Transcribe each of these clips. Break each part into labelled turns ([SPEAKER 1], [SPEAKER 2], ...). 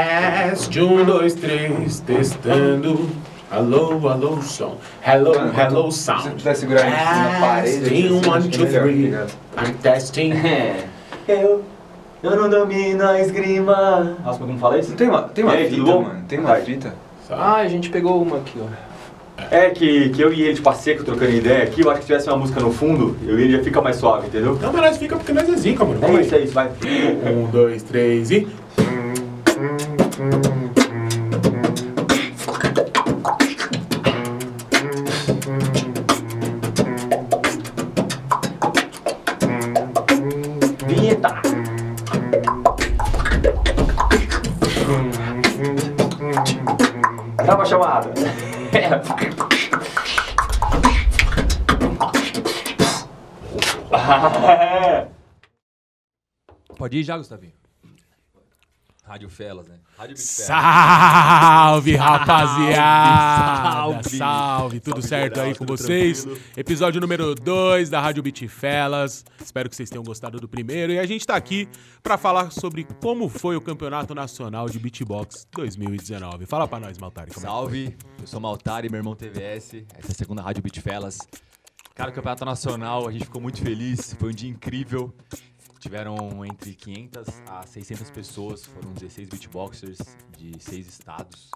[SPEAKER 1] Teste, um, dois, três, testando. Alô, alô, som. Hello,
[SPEAKER 2] Mano, enquanto
[SPEAKER 1] hello,
[SPEAKER 2] Se você
[SPEAKER 1] sound.
[SPEAKER 2] puder segurar isso na parede,
[SPEAKER 1] Testing,
[SPEAKER 2] assim,
[SPEAKER 1] one,
[SPEAKER 2] acho que é
[SPEAKER 1] two,
[SPEAKER 2] melhor,
[SPEAKER 1] three.
[SPEAKER 2] tá ligado?
[SPEAKER 1] I'm testing.
[SPEAKER 3] É.
[SPEAKER 4] Eu, eu não domino a esgrima. Nossa, como fala isso?
[SPEAKER 2] Não Tem uma, tem uma
[SPEAKER 4] E aí,
[SPEAKER 2] fita,
[SPEAKER 4] tudo bom?
[SPEAKER 2] mano. Tem uma
[SPEAKER 4] Vai.
[SPEAKER 2] fita.
[SPEAKER 1] Só-
[SPEAKER 3] Ah, a gente pegou uma aqui, ó.
[SPEAKER 4] É que, que eu e ele, tipo, a seco trocando ideia aqui, eu acho que se tivesse uma música no fundo, eu e ele ia ficar mais suave, entendeu?
[SPEAKER 1] Não, mas nós fica porque nós é zica, mano.
[SPEAKER 4] É isso, é isso, vai.
[SPEAKER 1] Um, dois, três e.
[SPEAKER 4] Vinheta! Tava chamada.
[SPEAKER 5] Pode ir já, Gustavinho. Rádio Felas, né? Rádio Beat Felas.
[SPEAKER 6] Salve, rapaziada!
[SPEAKER 5] Salve!
[SPEAKER 6] Salve, Tudo certo aí com vocês? Episódio número 2 da Rádio Beat Felas. Espero que vocês tenham gostado do primeiro. E a gente tá aqui pra falar sobre como foi o Campeonato Nacional de Beatbox 2019. Fala pra nós, Maltari. como é que
[SPEAKER 5] Salve, eu sou Maltari, meu irmão TVS. Essa é a segunda Rádio Beat Felas. Cara, o Campeonato Nacional, a gente ficou muito feliz, foi um dia incrível. Tiveram entre 500 a 600 pessoas, foram 16 beatboxers de seis estados.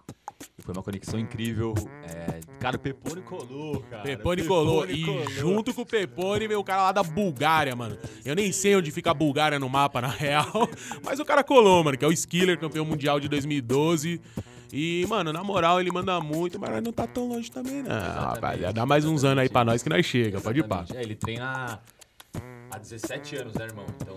[SPEAKER 5] E foi uma conexão incrível. É, cara, o Pepone colou, cara.
[SPEAKER 6] Pepone colou. E
[SPEAKER 5] colou.
[SPEAKER 6] junto com o Pepone veio o cara lá da Bulgária, mano. Eu nem sei onde fica a Bulgária no mapa, na real. Mas o cara colou, mano, que é o Skiller, campeão mundial de 2012. E, mano, na moral, ele manda muito, mas nós não tá tão longe também, não, rapaziada. Dá mais uns anos aí pra nós que nós chega, pode ir pá.
[SPEAKER 5] Exatamente. É, ele treina há 17 anos, né, irmão? Então,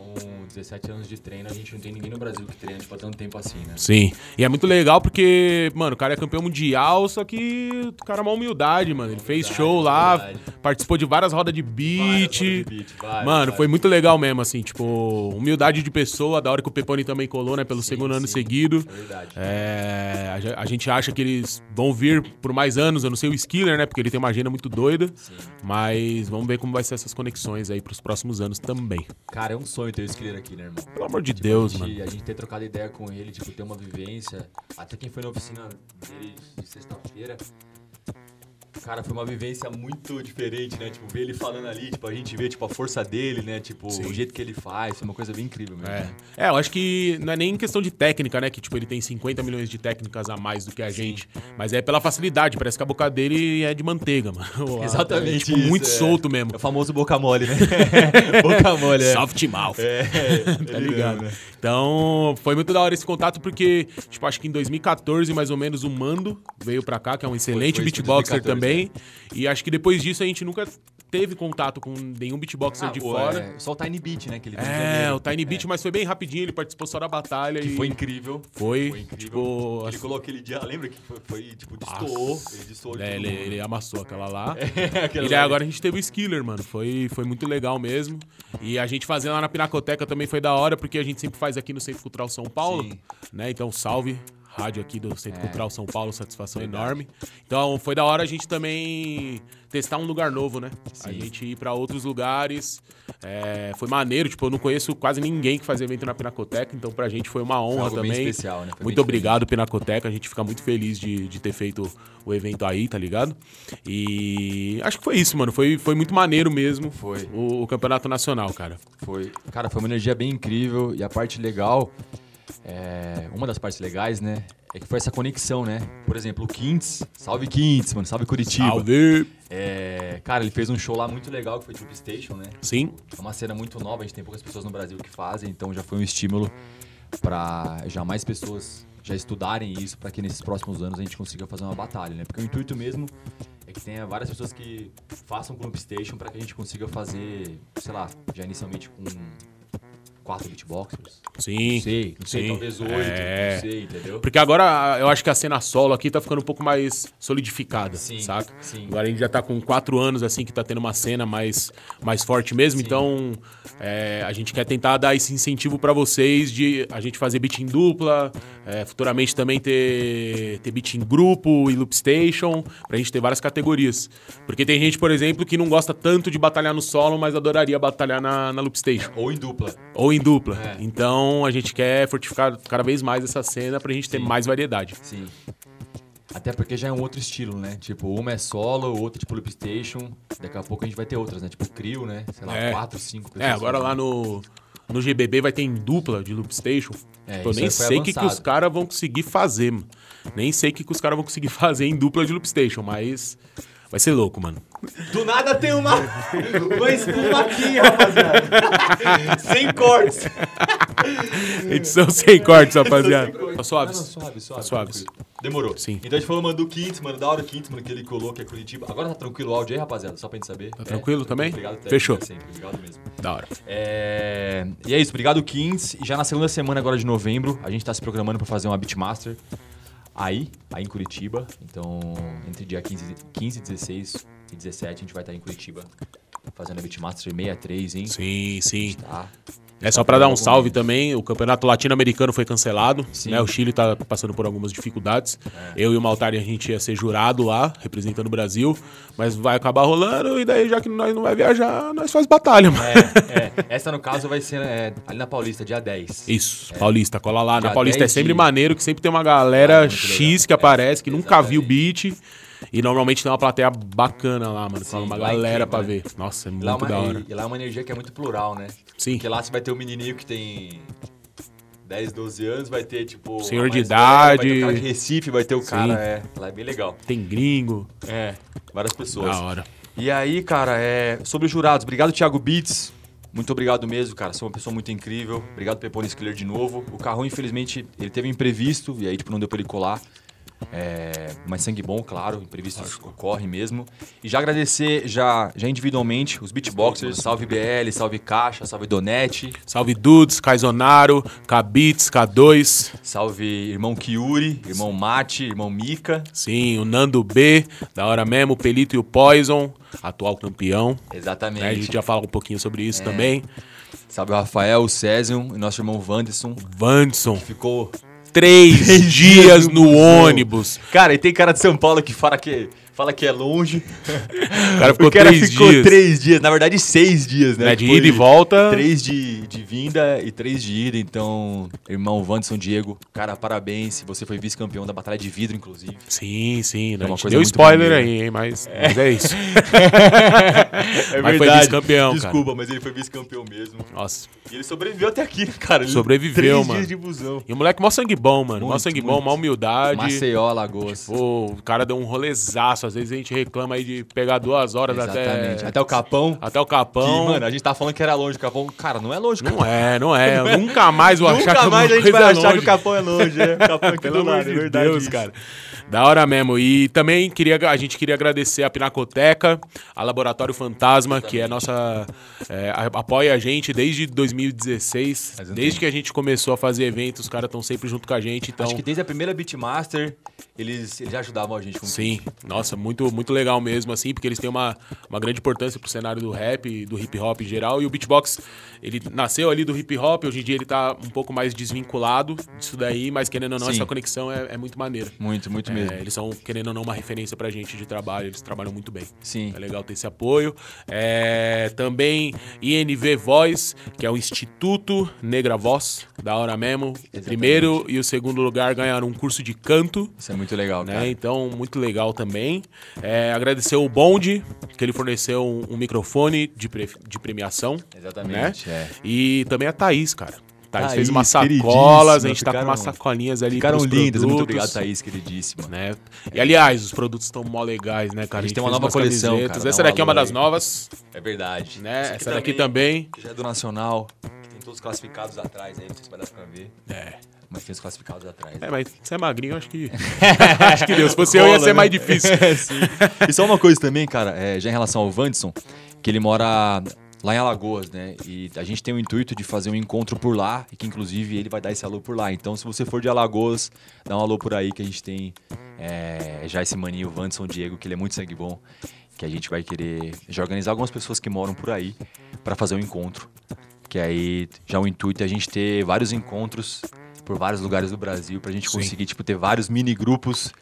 [SPEAKER 5] 17 anos de treino, a gente não tem ninguém no Brasil que treina tipo, há tanto tempo assim, né?
[SPEAKER 6] Sim. E é muito legal porque, mano, o cara é campeão mundial, só que o cara é uma humildade, mano. Ele fez show lá,
[SPEAKER 5] humildade.
[SPEAKER 6] participou de várias rodas de beat.
[SPEAKER 5] Várias rodas de beat, várias,
[SPEAKER 6] mano,
[SPEAKER 5] várias.
[SPEAKER 6] foi muito legal mesmo, assim, tipo, humildade de pessoa, da hora que o Peponi também colou, né, pelo segundo ano
[SPEAKER 5] sim.
[SPEAKER 6] seguido.
[SPEAKER 5] É verdade.
[SPEAKER 6] É, a ge- a gente acha que eles vão vir por mais anos, eu não sei o Skiller, né, porque ele tem uma agenda muito doida. Mas vamos ver como vai ser essas conexões aí pros próximos anos também.
[SPEAKER 5] Cara, é um sonho ter o Skiller aqui, né, irmão?
[SPEAKER 6] Pelo amor de Deus,
[SPEAKER 5] a
[SPEAKER 6] mano.
[SPEAKER 5] gente, a gente ter trocado ideia com ele, tipo, ter uma vivência. Até quem foi na oficina dele de sexta-feira. Cara, foi uma vivência muito diferente, né? Tipo, ver ele falando ali, tipo, a gente vê, tipo, a força dele, né? Tipo, o jeito que ele faz, foi uma coisa bem incrível mesmo.
[SPEAKER 6] É. É, eu acho que não é nem questão de técnica, né? Que, tipo, ele tem 50 milhões de técnicas a mais do que a gente. Mas é pela facilidade. Parece que a boca dele é de manteiga, mano.
[SPEAKER 5] Exatamente.
[SPEAKER 6] É, tipo,
[SPEAKER 5] isso,
[SPEAKER 6] muito
[SPEAKER 5] é.
[SPEAKER 6] solto mesmo.
[SPEAKER 5] É o famoso boca mole, né? boca mole, é.
[SPEAKER 6] Soft mouth.
[SPEAKER 5] É, né?
[SPEAKER 6] Tá ligado? Então, foi muito da hora esse contato, porque, tipo, acho que em 2014, mais ou menos, o Mando veio pra cá, que é um excelente
[SPEAKER 5] foi isso,
[SPEAKER 6] beatboxer
[SPEAKER 5] 2014,
[SPEAKER 6] também.
[SPEAKER 5] é.
[SPEAKER 6] E acho que depois disso a gente nunca teve contato com nenhum beatboxer de fora.
[SPEAKER 5] É, só o Tiny Beat, né? Que ele veio em
[SPEAKER 6] É,
[SPEAKER 5] janeiro.
[SPEAKER 6] o Tiny Beat, mas foi bem rapidinho, ele participou só da batalha
[SPEAKER 5] Que
[SPEAKER 6] e
[SPEAKER 5] foi incrível.
[SPEAKER 6] Foi,
[SPEAKER 5] Foi incrível.
[SPEAKER 6] tipo,
[SPEAKER 5] ele
[SPEAKER 6] assim,
[SPEAKER 5] colocou aquele dia, lembra que foi, foi, tipo, destoou. Ele destoou de
[SPEAKER 6] né,
[SPEAKER 5] todo
[SPEAKER 6] ele,
[SPEAKER 5] mundo. É,
[SPEAKER 6] ele amassou aquela lá.
[SPEAKER 5] Aquela
[SPEAKER 6] E daí agora a gente teve o Skiller, mano. Foi, foi muito legal mesmo. E a gente fazendo lá na Pinacoteca também foi da hora, porque a gente sempre faz aqui no Centro Cultural São Paulo,
[SPEAKER 5] Sim. É.
[SPEAKER 6] né? Então, salve. Rádio aqui do Centro Cultural São Paulo, satisfação enorme. Então, foi da hora a gente também testar um lugar novo, né? A gente ir pra outros lugares. É, foi maneiro, tipo, eu não conheço quase ninguém que faz evento na Pinacoteca, então pra gente foi uma honra
[SPEAKER 5] algo bem
[SPEAKER 6] também.
[SPEAKER 5] especial, né? Foi bem
[SPEAKER 6] muito
[SPEAKER 5] diferente.
[SPEAKER 6] obrigado. Obrigado, Pinacoteca. A gente fica muito feliz de, de ter feito o evento aí, tá ligado? E acho que foi isso, mano. Foi, foi muito maneiro mesmo
[SPEAKER 5] Foi.
[SPEAKER 6] O, o Campeonato Nacional, cara.
[SPEAKER 5] tipo, Foi, cara, foi uma energia bem incrível e a parte legal, é, uma das partes legais, né, é que foi essa conexão, né? Por exemplo, o Quintes, salve Quintes, mano, salve Curitiba.
[SPEAKER 6] Salve!
[SPEAKER 5] É, cara, ele fez um show lá muito legal que foi Trip Station, né?
[SPEAKER 6] Sim,
[SPEAKER 5] É uma cena muito nova, a gente tem poucas pessoas no Brasil que fazem, então já foi um estímulo pra já mais pessoas já estudarem isso pra que nesses próximos anos a gente consiga fazer uma batalha, né? Porque o intuito mesmo é que tenha várias pessoas que façam Club Station pra que a gente consiga fazer, sei lá, já inicialmente com quatro beatboxers.
[SPEAKER 6] sim.
[SPEAKER 5] Não sei, não sei,
[SPEAKER 6] sim.
[SPEAKER 5] talvez oito,
[SPEAKER 6] É.
[SPEAKER 5] não sei, entendeu?
[SPEAKER 6] Porque agora eu acho que a cena solo aqui tá ficando um pouco mais solidificada,
[SPEAKER 5] Sim,
[SPEAKER 6] saca?
[SPEAKER 5] sim.
[SPEAKER 6] Agora a gente já tá com quatro anos, assim, que tá tendo uma cena mais, mais forte mesmo. Então, é, a gente quer tentar dar esse incentivo pra vocês de a gente fazer beat em dupla, é, futuramente também ter, ter beat em grupo e loop station, pra gente ter várias categorias. Porque tem gente, por exemplo, que não gosta tanto de batalhar no solo, mas adoraria batalhar na, na loop station.
[SPEAKER 5] Ou em dupla.
[SPEAKER 6] Ou em em dupla.
[SPEAKER 5] É.
[SPEAKER 6] Então a gente quer fortificar cada vez mais essa cena pra gente ter mais variedade.
[SPEAKER 5] Sim. Até porque já é um outro estilo, né? Tipo, uma é solo, outra tipo Loop Station. Daqui a pouco a gente vai ter outras, né? Tipo Crio, né? Sei lá,
[SPEAKER 6] É.
[SPEAKER 5] quatro, cinco
[SPEAKER 6] É, agora lá no, no GBB vai ter em dupla de Loop Station.
[SPEAKER 5] É,
[SPEAKER 6] Tipo, eu
[SPEAKER 5] isso
[SPEAKER 6] nem
[SPEAKER 5] aí foi
[SPEAKER 6] sei o que, que os
[SPEAKER 5] avançado.
[SPEAKER 6] caras vão conseguir fazer, mano. Nem sei o que, que os caras vão conseguir fazer em dupla de Loop Station, mas vai ser louco, mano.
[SPEAKER 2] Do nada tem uma, uma espuma aqui, rapaziada. Sem cortes.
[SPEAKER 6] Edição sem cortes, rapaziada. Tá
[SPEAKER 5] Não, não,
[SPEAKER 6] suaves.
[SPEAKER 5] suave, suave.
[SPEAKER 6] Tá suaves.
[SPEAKER 5] tranquilo. Demorou.
[SPEAKER 6] Sim.
[SPEAKER 5] Então a gente falou, mandou o Kintz, mano. Da hora o Kintz, mano, que ele colou que é Curitiba. Agora tá tranquilo o áudio aí, rapaziada? Só pra gente saber. Tá
[SPEAKER 6] tranquilo também?
[SPEAKER 5] Obrigado, Tete,
[SPEAKER 6] Fechou.
[SPEAKER 5] é sempre, Obrigado mesmo.
[SPEAKER 6] Da hora.
[SPEAKER 5] É, E é isso, obrigado, Kings. E já na segunda semana agora de novembro, a gente tá se programando pra fazer uma Beatmaster aí, aí em Curitiba. Então, entre dia 15, 15 16 e 17, a gente vai estar em Curitiba fazendo a Beatmaster 63, hein?
[SPEAKER 6] Sim, sim.
[SPEAKER 5] Tá.
[SPEAKER 6] É só pra dar um salve também, o Campeonato Latino-Americano foi cancelado,
[SPEAKER 5] Sim. É.
[SPEAKER 6] né? O Chile tá passando por algumas dificuldades. Eu e o Maltari a gente ia ser jurado lá, representando o Brasil, mas vai acabar rolando e daí já que nós não vai viajar, nós faz batalha, mano.
[SPEAKER 5] É, é, essa no caso vai ser é, ali na Paulista, dia 10.
[SPEAKER 6] Isso, Paulista, cola lá. Na
[SPEAKER 5] Dia
[SPEAKER 6] Paulista é
[SPEAKER 5] 10 de-
[SPEAKER 6] sempre maneiro, que sempre tem uma galera
[SPEAKER 5] muito
[SPEAKER 6] X
[SPEAKER 5] legal.
[SPEAKER 6] que aparece, que nunca viu o
[SPEAKER 5] exatamente.
[SPEAKER 6] beat. E normalmente tem uma plateia bacana lá, mano. Fala uma
[SPEAKER 5] lá é
[SPEAKER 6] galera
[SPEAKER 5] incrível,
[SPEAKER 6] pra
[SPEAKER 5] né?
[SPEAKER 6] ver. Nossa, é
[SPEAKER 5] E lá, é
[SPEAKER 6] muito
[SPEAKER 5] uma,
[SPEAKER 6] da hora.
[SPEAKER 5] e- e lá é uma energia que é muito plural, né?
[SPEAKER 6] Sim.
[SPEAKER 5] Porque lá você vai ter o menininho que tem 10, 12 anos, vai ter, tipo...
[SPEAKER 6] Senhor
[SPEAKER 5] a mais
[SPEAKER 6] de
[SPEAKER 5] velha, Vai ter
[SPEAKER 6] idade.
[SPEAKER 5] o cara de Recife, vai ter o cara, é. Lá é bem legal.
[SPEAKER 6] Tem gringo.
[SPEAKER 5] É, várias pessoas.
[SPEAKER 6] Da hora.
[SPEAKER 5] E aí, cara, é... sobre os jurados, obrigado, Thiago Beats. Muito obrigado mesmo, cara. Você é uma pessoa muito incrível. Obrigado, Pepone Skiller, de novo. O Carrão, infelizmente, ele teve um imprevisto e aí, tipo, não deu pra ele colar. É... Mas sangue bom, claro. Imprevistos ocorre mesmo. E já agradecer, já, já individualmente, os beatboxers. Salve BL, salve Caixa, salve Donete,
[SPEAKER 6] Salve Dudes, Caizonaro, Cabits, K2.
[SPEAKER 5] salve irmão Kiuri, irmão Mate, irmão Mika.
[SPEAKER 6] Sim, o Nando B, da hora mesmo, o Pelito e o Poison, atual campeão.
[SPEAKER 5] Exatamente.
[SPEAKER 6] Né? A gente já fala um pouquinho sobre
[SPEAKER 5] É.
[SPEAKER 6] isso também.
[SPEAKER 5] Salve o Rafael, o Césium e nosso irmão Wanderson.
[SPEAKER 6] Vanderson,
[SPEAKER 5] Ficou
[SPEAKER 6] três dias no ônibus.
[SPEAKER 5] Cara, e tem cara de São Paulo que fala que, fala que é longe.
[SPEAKER 6] O cara ficou
[SPEAKER 5] o cara
[SPEAKER 6] três
[SPEAKER 5] ficou
[SPEAKER 6] dias.
[SPEAKER 5] três dias, na verdade seis dias, né?
[SPEAKER 6] né? De
[SPEAKER 5] Tipo,
[SPEAKER 6] ida e
[SPEAKER 5] ele-
[SPEAKER 6] volta.
[SPEAKER 5] Três de, de vinda e três de ida. Então, irmão Wanderson Diego, cara, parabéns. Você foi vice-campeão da Batalha de Vidro, inclusive.
[SPEAKER 6] Sim, sim. Né?
[SPEAKER 5] É uma
[SPEAKER 6] A gente
[SPEAKER 5] coisa
[SPEAKER 6] deu
[SPEAKER 5] muito
[SPEAKER 6] spoiler
[SPEAKER 5] maneira. né?
[SPEAKER 6] aí, hein? Mas mas é, isso.
[SPEAKER 5] É
[SPEAKER 6] Mas foi vice-campeão, cara.
[SPEAKER 5] Desculpa, mas ele foi vice-campeão mesmo.
[SPEAKER 6] Nossa.
[SPEAKER 5] E ele sobreviveu até aqui, cara. Ele-
[SPEAKER 6] Sobreviveu,
[SPEAKER 5] três
[SPEAKER 6] mano.
[SPEAKER 5] dias de busão.
[SPEAKER 6] E o moleque mó sangue bom, mano. mó
[SPEAKER 5] Muito,
[SPEAKER 6] sangue bom,
[SPEAKER 5] muito.
[SPEAKER 6] mó humildade.
[SPEAKER 5] Maceió, Lagoas.
[SPEAKER 6] Pô, o cara deu um rolezaço. Às vezes a gente reclama aí de pegar duas horas
[SPEAKER 5] Exatamente.
[SPEAKER 6] até...
[SPEAKER 5] Até o Capão.
[SPEAKER 6] Até o
[SPEAKER 5] Que,
[SPEAKER 6] Capão.
[SPEAKER 5] mano, a gente tava falando que era longe o Capão. Cara, não é longe, cara.
[SPEAKER 6] Não é, não é. Eu nunca mais vou achar que
[SPEAKER 5] Nunca mais a
[SPEAKER 6] alguma
[SPEAKER 5] gente vai
[SPEAKER 6] coisa é
[SPEAKER 5] achar que o
[SPEAKER 6] longe.
[SPEAKER 5] Capão é longe, é. O Capão é aqui
[SPEAKER 6] Pelo
[SPEAKER 5] do
[SPEAKER 6] amor
[SPEAKER 5] lado, é
[SPEAKER 6] de
[SPEAKER 5] verdade.
[SPEAKER 6] Deus,
[SPEAKER 5] isso.
[SPEAKER 6] cara. Da hora mesmo. E também queria, a gente queria agradecer a Pinacoteca, a Laboratório Fantasma, que é a nossa. é, a- apoia a gente desde 2016.
[SPEAKER 5] Faz um
[SPEAKER 6] Desde
[SPEAKER 5] tempo.
[SPEAKER 6] que a gente começou a fazer eventos, os caras estão sempre junto com a gente. Então,
[SPEAKER 5] Acho que desde a primeira Beatmaster, eles, eles já ajudavam a gente com
[SPEAKER 6] Sim, nossa, muito, muito legal mesmo, assim, porque eles têm uma, uma grande importância pro cenário do rap, e do hip hop em geral. E o beatbox, ele nasceu ali do hip hop, hoje em dia ele tá um pouco mais desvinculado disso daí, mas querendo ou não,
[SPEAKER 5] Sim.
[SPEAKER 6] essa conexão é, é muito maneira.
[SPEAKER 5] Muito, muito
[SPEAKER 6] É,
[SPEAKER 5] mesmo.
[SPEAKER 6] eles são, querendo ou não, uma referência pra gente de trabalho, eles trabalham muito bem.
[SPEAKER 5] Sim.
[SPEAKER 6] É legal ter esse apoio. É, também INV Voz, que é o Instituto Negra Voz, da hora mesmo. O
[SPEAKER 5] Exatamente.
[SPEAKER 6] primeiro e o segundo lugar ganharam um curso de canto
[SPEAKER 5] Isso é muito legal,
[SPEAKER 6] né?
[SPEAKER 5] cara.
[SPEAKER 6] Então, muito legal também. É, agradecer o Bonde, que ele forneceu um, um microfone de, pre- de premiação.
[SPEAKER 5] Exatamente,
[SPEAKER 6] né?
[SPEAKER 5] é.
[SPEAKER 6] E também a Thaís, cara. Thaís,
[SPEAKER 5] Thaís,
[SPEAKER 6] fez umas sacolas, a
[SPEAKER 5] queridíssima,
[SPEAKER 6] gente tá com umas
[SPEAKER 5] ficaram-
[SPEAKER 6] sacolinhas ali
[SPEAKER 5] Ficaram
[SPEAKER 6] pros
[SPEAKER 5] lindas. Muito
[SPEAKER 6] produtos,
[SPEAKER 5] obrigado, Thaís, queridíssima.
[SPEAKER 6] Né? E aliás, os produtos estão mó legais, né, cara?
[SPEAKER 5] A gente tem
[SPEAKER 6] fez
[SPEAKER 5] uma nova
[SPEAKER 6] umas
[SPEAKER 5] coleção,
[SPEAKER 6] camisetas.
[SPEAKER 5] cara, dá
[SPEAKER 6] Essa
[SPEAKER 5] um
[SPEAKER 6] daqui é uma
[SPEAKER 5] alô
[SPEAKER 6] das
[SPEAKER 5] aí.
[SPEAKER 6] novas,
[SPEAKER 5] É verdade.
[SPEAKER 6] né?
[SPEAKER 5] Isso aqui
[SPEAKER 6] Essa daqui também.
[SPEAKER 5] que Já é do Nacional. que Tem todos classificados atrás aí, não sei se vai dar pra ver.
[SPEAKER 6] É.
[SPEAKER 5] Mas tem os classificados atrás.
[SPEAKER 6] É, mas você é magrinho, acho que. acho que Deus. Se fosse eu, ia
[SPEAKER 5] Rola,
[SPEAKER 6] ser
[SPEAKER 5] né?
[SPEAKER 6] mais difícil.
[SPEAKER 5] É, sim. E só uma coisa também, cara, é, já em relação ao Vanderson, que ele mora lá em Alagoas, né? E a gente tem o intuito de fazer um encontro por lá, e que inclusive ele vai dar esse alô por lá. Então, se você for de Alagoas, dá um alô por aí que a gente tem é, já esse maninho Vanderson Diego, que ele é muito sangue bom, que a gente vai querer já organizar algumas pessoas que moram por aí pra fazer um encontro. Que aí já o intuito é a gente ter vários encontros por vários lugares do Brasil pra gente conseguir tipo ter vários mini grupos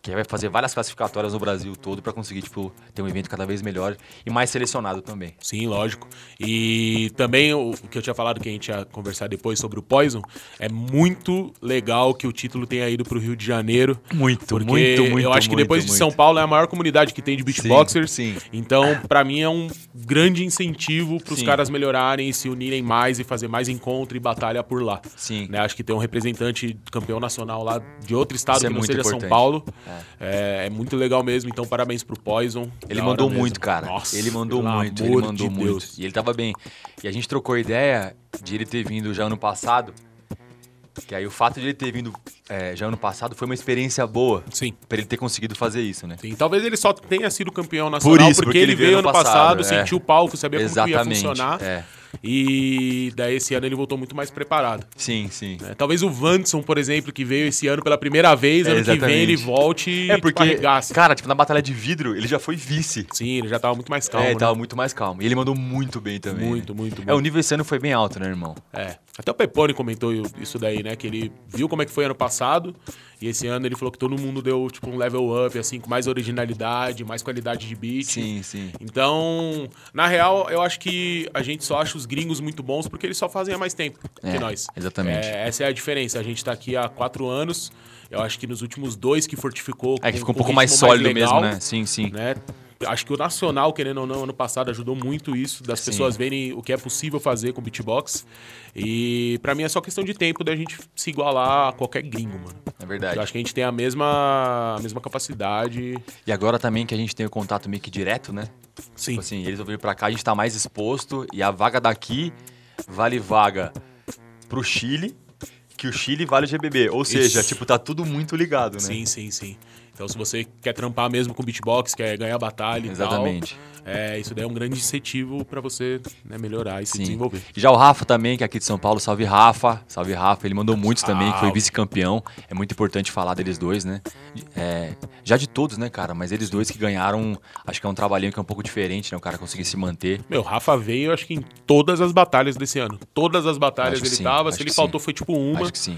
[SPEAKER 5] que vai fazer várias classificatórias no Brasil todo pra conseguir, tipo, ter um evento cada vez melhor e mais selecionado também.
[SPEAKER 6] Sim, lógico. E também o o que eu tinha falado que a gente ia conversar depois sobre o Poison, é muito legal que o título tenha ido pro Rio de Janeiro.
[SPEAKER 5] Muito,
[SPEAKER 6] porque
[SPEAKER 5] muito, muito,
[SPEAKER 6] Eu acho que
[SPEAKER 5] muito,
[SPEAKER 6] depois de
[SPEAKER 5] muito.
[SPEAKER 6] São Paulo é a maior comunidade que tem de beatboxers.
[SPEAKER 5] sim.
[SPEAKER 6] Então, pra mim é um grande incentivo pros
[SPEAKER 5] Sim.
[SPEAKER 6] caras melhorarem e se unirem mais e fazer mais encontro e batalha por lá.
[SPEAKER 5] Sim.
[SPEAKER 6] Né, Acho que ter um representante campeão nacional lá de outro estado
[SPEAKER 5] Isso é
[SPEAKER 6] que não
[SPEAKER 5] muito
[SPEAKER 6] seja São
[SPEAKER 5] importante.
[SPEAKER 6] Paulo. É. é muito legal mesmo, então parabéns pro Poison.
[SPEAKER 5] Ele
[SPEAKER 6] Da
[SPEAKER 5] mandou
[SPEAKER 6] hora mesmo.
[SPEAKER 5] muito, cara.
[SPEAKER 6] Nossa,
[SPEAKER 5] ele mandou
[SPEAKER 6] pelo
[SPEAKER 5] muito, ele
[SPEAKER 6] amor
[SPEAKER 5] mandou
[SPEAKER 6] de
[SPEAKER 5] muito.
[SPEAKER 6] Deus.
[SPEAKER 5] E ele tava bem. E a gente trocou ideia de ele ter vindo já ano passado. Que aí o fato de ele ter vindo é, já ano passado foi uma experiência boa
[SPEAKER 6] Sim.
[SPEAKER 5] pra ele ter conseguido fazer isso, né?
[SPEAKER 6] Sim, talvez ele só tenha sido campeão nacional
[SPEAKER 5] Por isso,
[SPEAKER 6] porque, ele veio ano passado,
[SPEAKER 5] é.
[SPEAKER 6] sentiu o palco, sabia como que
[SPEAKER 5] Exatamente,
[SPEAKER 6] ia funcionar.
[SPEAKER 5] é.
[SPEAKER 6] E daí esse ano ele voltou muito mais preparado.
[SPEAKER 5] Sim, sim.
[SPEAKER 6] né? Talvez o Vanderson, por exemplo, que veio esse ano pela primeira vez,
[SPEAKER 5] É,
[SPEAKER 6] ano que vem
[SPEAKER 5] exatamente.
[SPEAKER 6] ele volte e
[SPEAKER 5] É
[SPEAKER 6] tipo,
[SPEAKER 5] porque,
[SPEAKER 6] arregaça.
[SPEAKER 5] cara, tipo, na batalha de vidro, ele já foi vice.
[SPEAKER 6] Sim, ele já tava muito mais calmo.
[SPEAKER 5] é,
[SPEAKER 6] né?
[SPEAKER 5] ele tava muito mais calmo. E ele mandou muito bem também.
[SPEAKER 6] Muito,
[SPEAKER 5] né?
[SPEAKER 6] muito, muito.
[SPEAKER 5] É, o nível esse ano foi bem alto, né, irmão?
[SPEAKER 6] É. Até o Pepone comentou isso daí, né? Que ele viu como é que foi ano passado. E esse ano ele falou que todo mundo deu, tipo, um level up, assim, com mais originalidade, mais qualidade de beat.
[SPEAKER 5] Sim, sim.
[SPEAKER 6] Então, na real, eu acho que a gente só acha os gringos muito bons porque eles só fazem há mais tempo que
[SPEAKER 5] É,
[SPEAKER 6] nós.
[SPEAKER 5] exatamente.
[SPEAKER 6] É, essa é a diferença. A gente tá aqui há quatro anos. Eu acho que nos últimos dois que fortificou.
[SPEAKER 5] É
[SPEAKER 6] com-
[SPEAKER 5] que ficou um
[SPEAKER 6] com
[SPEAKER 5] pouco mais
[SPEAKER 6] ritmo
[SPEAKER 5] sólido
[SPEAKER 6] legal,
[SPEAKER 5] mesmo, né? Sim, sim.
[SPEAKER 6] né? Acho que o Nacional, querendo ou não, ano passado ajudou muito isso, das
[SPEAKER 5] Sim.
[SPEAKER 6] pessoas verem o que é possível fazer com beatbox. E pra mim é só questão de tempo da gente se igualar a qualquer gringo, mano.
[SPEAKER 5] É verdade.
[SPEAKER 6] Eu acho que a gente tem a mesma, a mesma capacidade.
[SPEAKER 5] E agora também que a gente tem o contato meio que direto, né?
[SPEAKER 6] Sim.
[SPEAKER 5] Tipo assim, eles vão vir pra cá, a gente tá mais exposto e a vaga daqui vale vaga pro Chile, que o Chile vale o GBB. Ou seja,
[SPEAKER 6] Isso.
[SPEAKER 5] tipo, tá tudo muito ligado, né?
[SPEAKER 6] Sim, sim, sim. Então, se você quer trampar mesmo com beatbox, quer ganhar batalha
[SPEAKER 5] Exatamente.
[SPEAKER 6] e tal, é, isso daí é um grande incentivo pra você né, melhorar e se
[SPEAKER 5] Sim.
[SPEAKER 6] desenvolver.
[SPEAKER 5] E já o Rafa também, que é aqui de São Paulo, salve Rafa, salve Rafa, ele mandou muitos também, que foi
[SPEAKER 6] Salve.
[SPEAKER 5] vice-campeão. É muito importante falar deles dois, né? É, já de todos, né, cara? Mas eles dois que ganharam, acho que é um trabalhinho que é um pouco diferente, né? O cara conseguir se manter.
[SPEAKER 6] Meu, Rafa veio, acho que em todas as batalhas desse ano. Todas as batalhas
[SPEAKER 5] Acho que
[SPEAKER 6] ele
[SPEAKER 5] sim,
[SPEAKER 6] tava.
[SPEAKER 5] acho
[SPEAKER 6] Se ele
[SPEAKER 5] que
[SPEAKER 6] faltou,
[SPEAKER 5] sim.
[SPEAKER 6] foi tipo uma.
[SPEAKER 5] Acho que sim.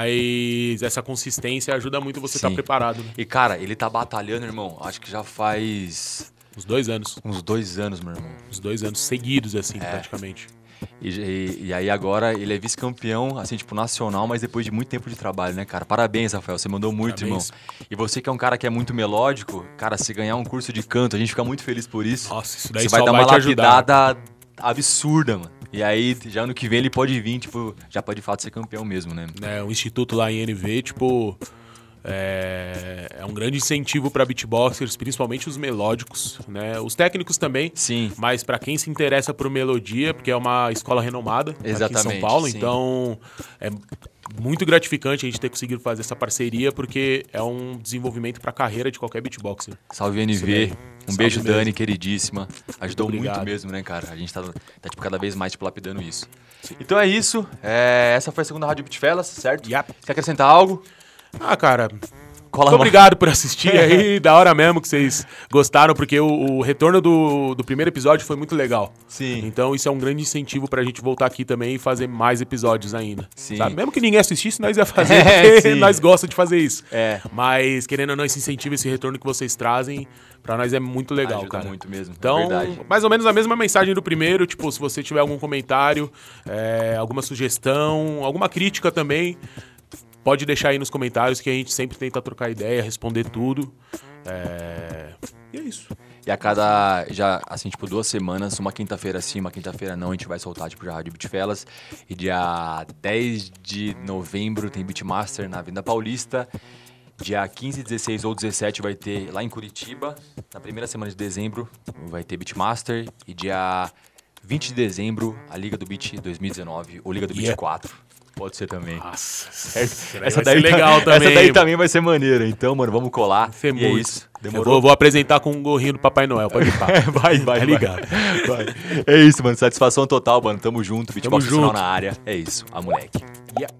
[SPEAKER 6] Mas essa consistência ajuda muito você estar
[SPEAKER 5] Sim.
[SPEAKER 6] preparado. Né?
[SPEAKER 5] E, cara, ele tá batalhando, irmão, acho que já faz
[SPEAKER 6] Os dois anos.
[SPEAKER 5] uns dois anos, meu irmão.
[SPEAKER 6] Os dois anos seguidos,
[SPEAKER 5] É.
[SPEAKER 6] assim, praticamente.
[SPEAKER 5] E, e- e aí agora ele é vice-campeão, assim, tipo, nacional, mas depois de muito tempo de trabalho, né, cara? Parabéns, Rafael, você mandou muito,
[SPEAKER 6] Parabéns.
[SPEAKER 5] irmão. E você que é um cara que é muito melódico, cara, se ganhar um curso de canto, a gente fica muito feliz por isso.
[SPEAKER 6] Nossa, isso daí
[SPEAKER 5] você
[SPEAKER 6] só
[SPEAKER 5] vai dar
[SPEAKER 6] vai
[SPEAKER 5] uma
[SPEAKER 6] te ajudar.
[SPEAKER 5] lapidada absurda, mano. E aí, já ano que vem ele pode vir, tipo, já pode de fato ser campeão mesmo, né?
[SPEAKER 6] né? O instituto lá em NV, tipo. É, é um grande incentivo para beatboxers, principalmente os melódicos, né? Os técnicos também.
[SPEAKER 5] Sim.
[SPEAKER 6] Mas para quem se interessa por melodia, porque é uma escola renomada aqui em São
[SPEAKER 5] Exatamente,
[SPEAKER 6] Paulo,
[SPEAKER 5] sim.
[SPEAKER 6] então é muito gratificante a gente ter conseguido fazer essa parceria, porque é um desenvolvimento para a carreira de qualquer beatboxer.
[SPEAKER 5] Salve
[SPEAKER 6] daí.
[SPEAKER 5] NV. Um
[SPEAKER 6] Salve
[SPEAKER 5] beijo,
[SPEAKER 6] mesmo.
[SPEAKER 5] Dani, queridíssima. Ajudou
[SPEAKER 6] Muito
[SPEAKER 5] muito,
[SPEAKER 6] obrigado.
[SPEAKER 5] mesmo, né, cara? A gente tá, tá, tipo, cada vez mais tipo, lapidando isso. Então é isso. É, essa foi a segunda Rádio Bitfelas, certo?
[SPEAKER 6] Yap.
[SPEAKER 5] Quer acrescentar algo?
[SPEAKER 6] Ah, cara, muito
[SPEAKER 5] Cola mais.
[SPEAKER 6] obrigado por assistir aí. da hora mesmo que vocês gostaram, porque o, o retorno do, do primeiro episódio foi muito legal.
[SPEAKER 5] Sim.
[SPEAKER 6] Então isso é um grande incentivo pra gente voltar aqui também e fazer mais episódios ainda.
[SPEAKER 5] Sim.
[SPEAKER 6] sabe? Mesmo que ninguém assistisse, nós ia fazer,
[SPEAKER 5] É,
[SPEAKER 6] porque
[SPEAKER 5] sim.
[SPEAKER 6] nós gosta de fazer isso.
[SPEAKER 5] É.
[SPEAKER 6] Mas querendo ou não, esse incentivo, esse retorno que vocês trazem, pra nós é muito legal,
[SPEAKER 5] Ajuda
[SPEAKER 6] cara.
[SPEAKER 5] muito mesmo, é
[SPEAKER 6] Então,
[SPEAKER 5] verdade.
[SPEAKER 6] mais ou menos a mesma mensagem do primeiro, tipo, se você tiver algum comentário, é, alguma sugestão, alguma crítica também, pode deixar aí nos comentários que a gente sempre tenta trocar ideia, responder tudo. É... E é isso.
[SPEAKER 5] E a cada, já, assim, tipo, duas semanas, uma quinta-feira sim, uma quinta-feira não, a gente vai soltar, tipo, já a Rádio Bitfelas. E dia 10 de novembro tem Beatmaster na Venda Paulista. Dia 15, 16 ou 17 vai ter lá em Curitiba. Na primeira semana de dezembro vai ter Beatmaster. E dia 20 de dezembro, a Liga do Beat 2019, ou Liga do Beat
[SPEAKER 6] Yeah.
[SPEAKER 5] 4. Pode ser também.
[SPEAKER 6] Nossa,
[SPEAKER 5] Essa daí,
[SPEAKER 6] Ah,
[SPEAKER 5] tá-
[SPEAKER 6] é legal também.
[SPEAKER 5] essa daí
[SPEAKER 6] mano.
[SPEAKER 5] também vai ser maneira. Então, mano, vamos colar.
[SPEAKER 6] Ser
[SPEAKER 5] e é
[SPEAKER 6] muito.
[SPEAKER 5] isso.
[SPEAKER 6] Eu
[SPEAKER 5] Demorou? É,
[SPEAKER 6] vou, vou apresentar com um gorrinho do Papai Noel, pode ir pá.
[SPEAKER 5] Vai, vai,
[SPEAKER 6] Tá
[SPEAKER 5] vai.
[SPEAKER 6] ligado.
[SPEAKER 5] Vai. É isso, mano. Satisfação total, mano. Tamo junto. Beatbox
[SPEAKER 6] junto.
[SPEAKER 5] Nacional na área. É isso. A moleque.
[SPEAKER 6] Yeah.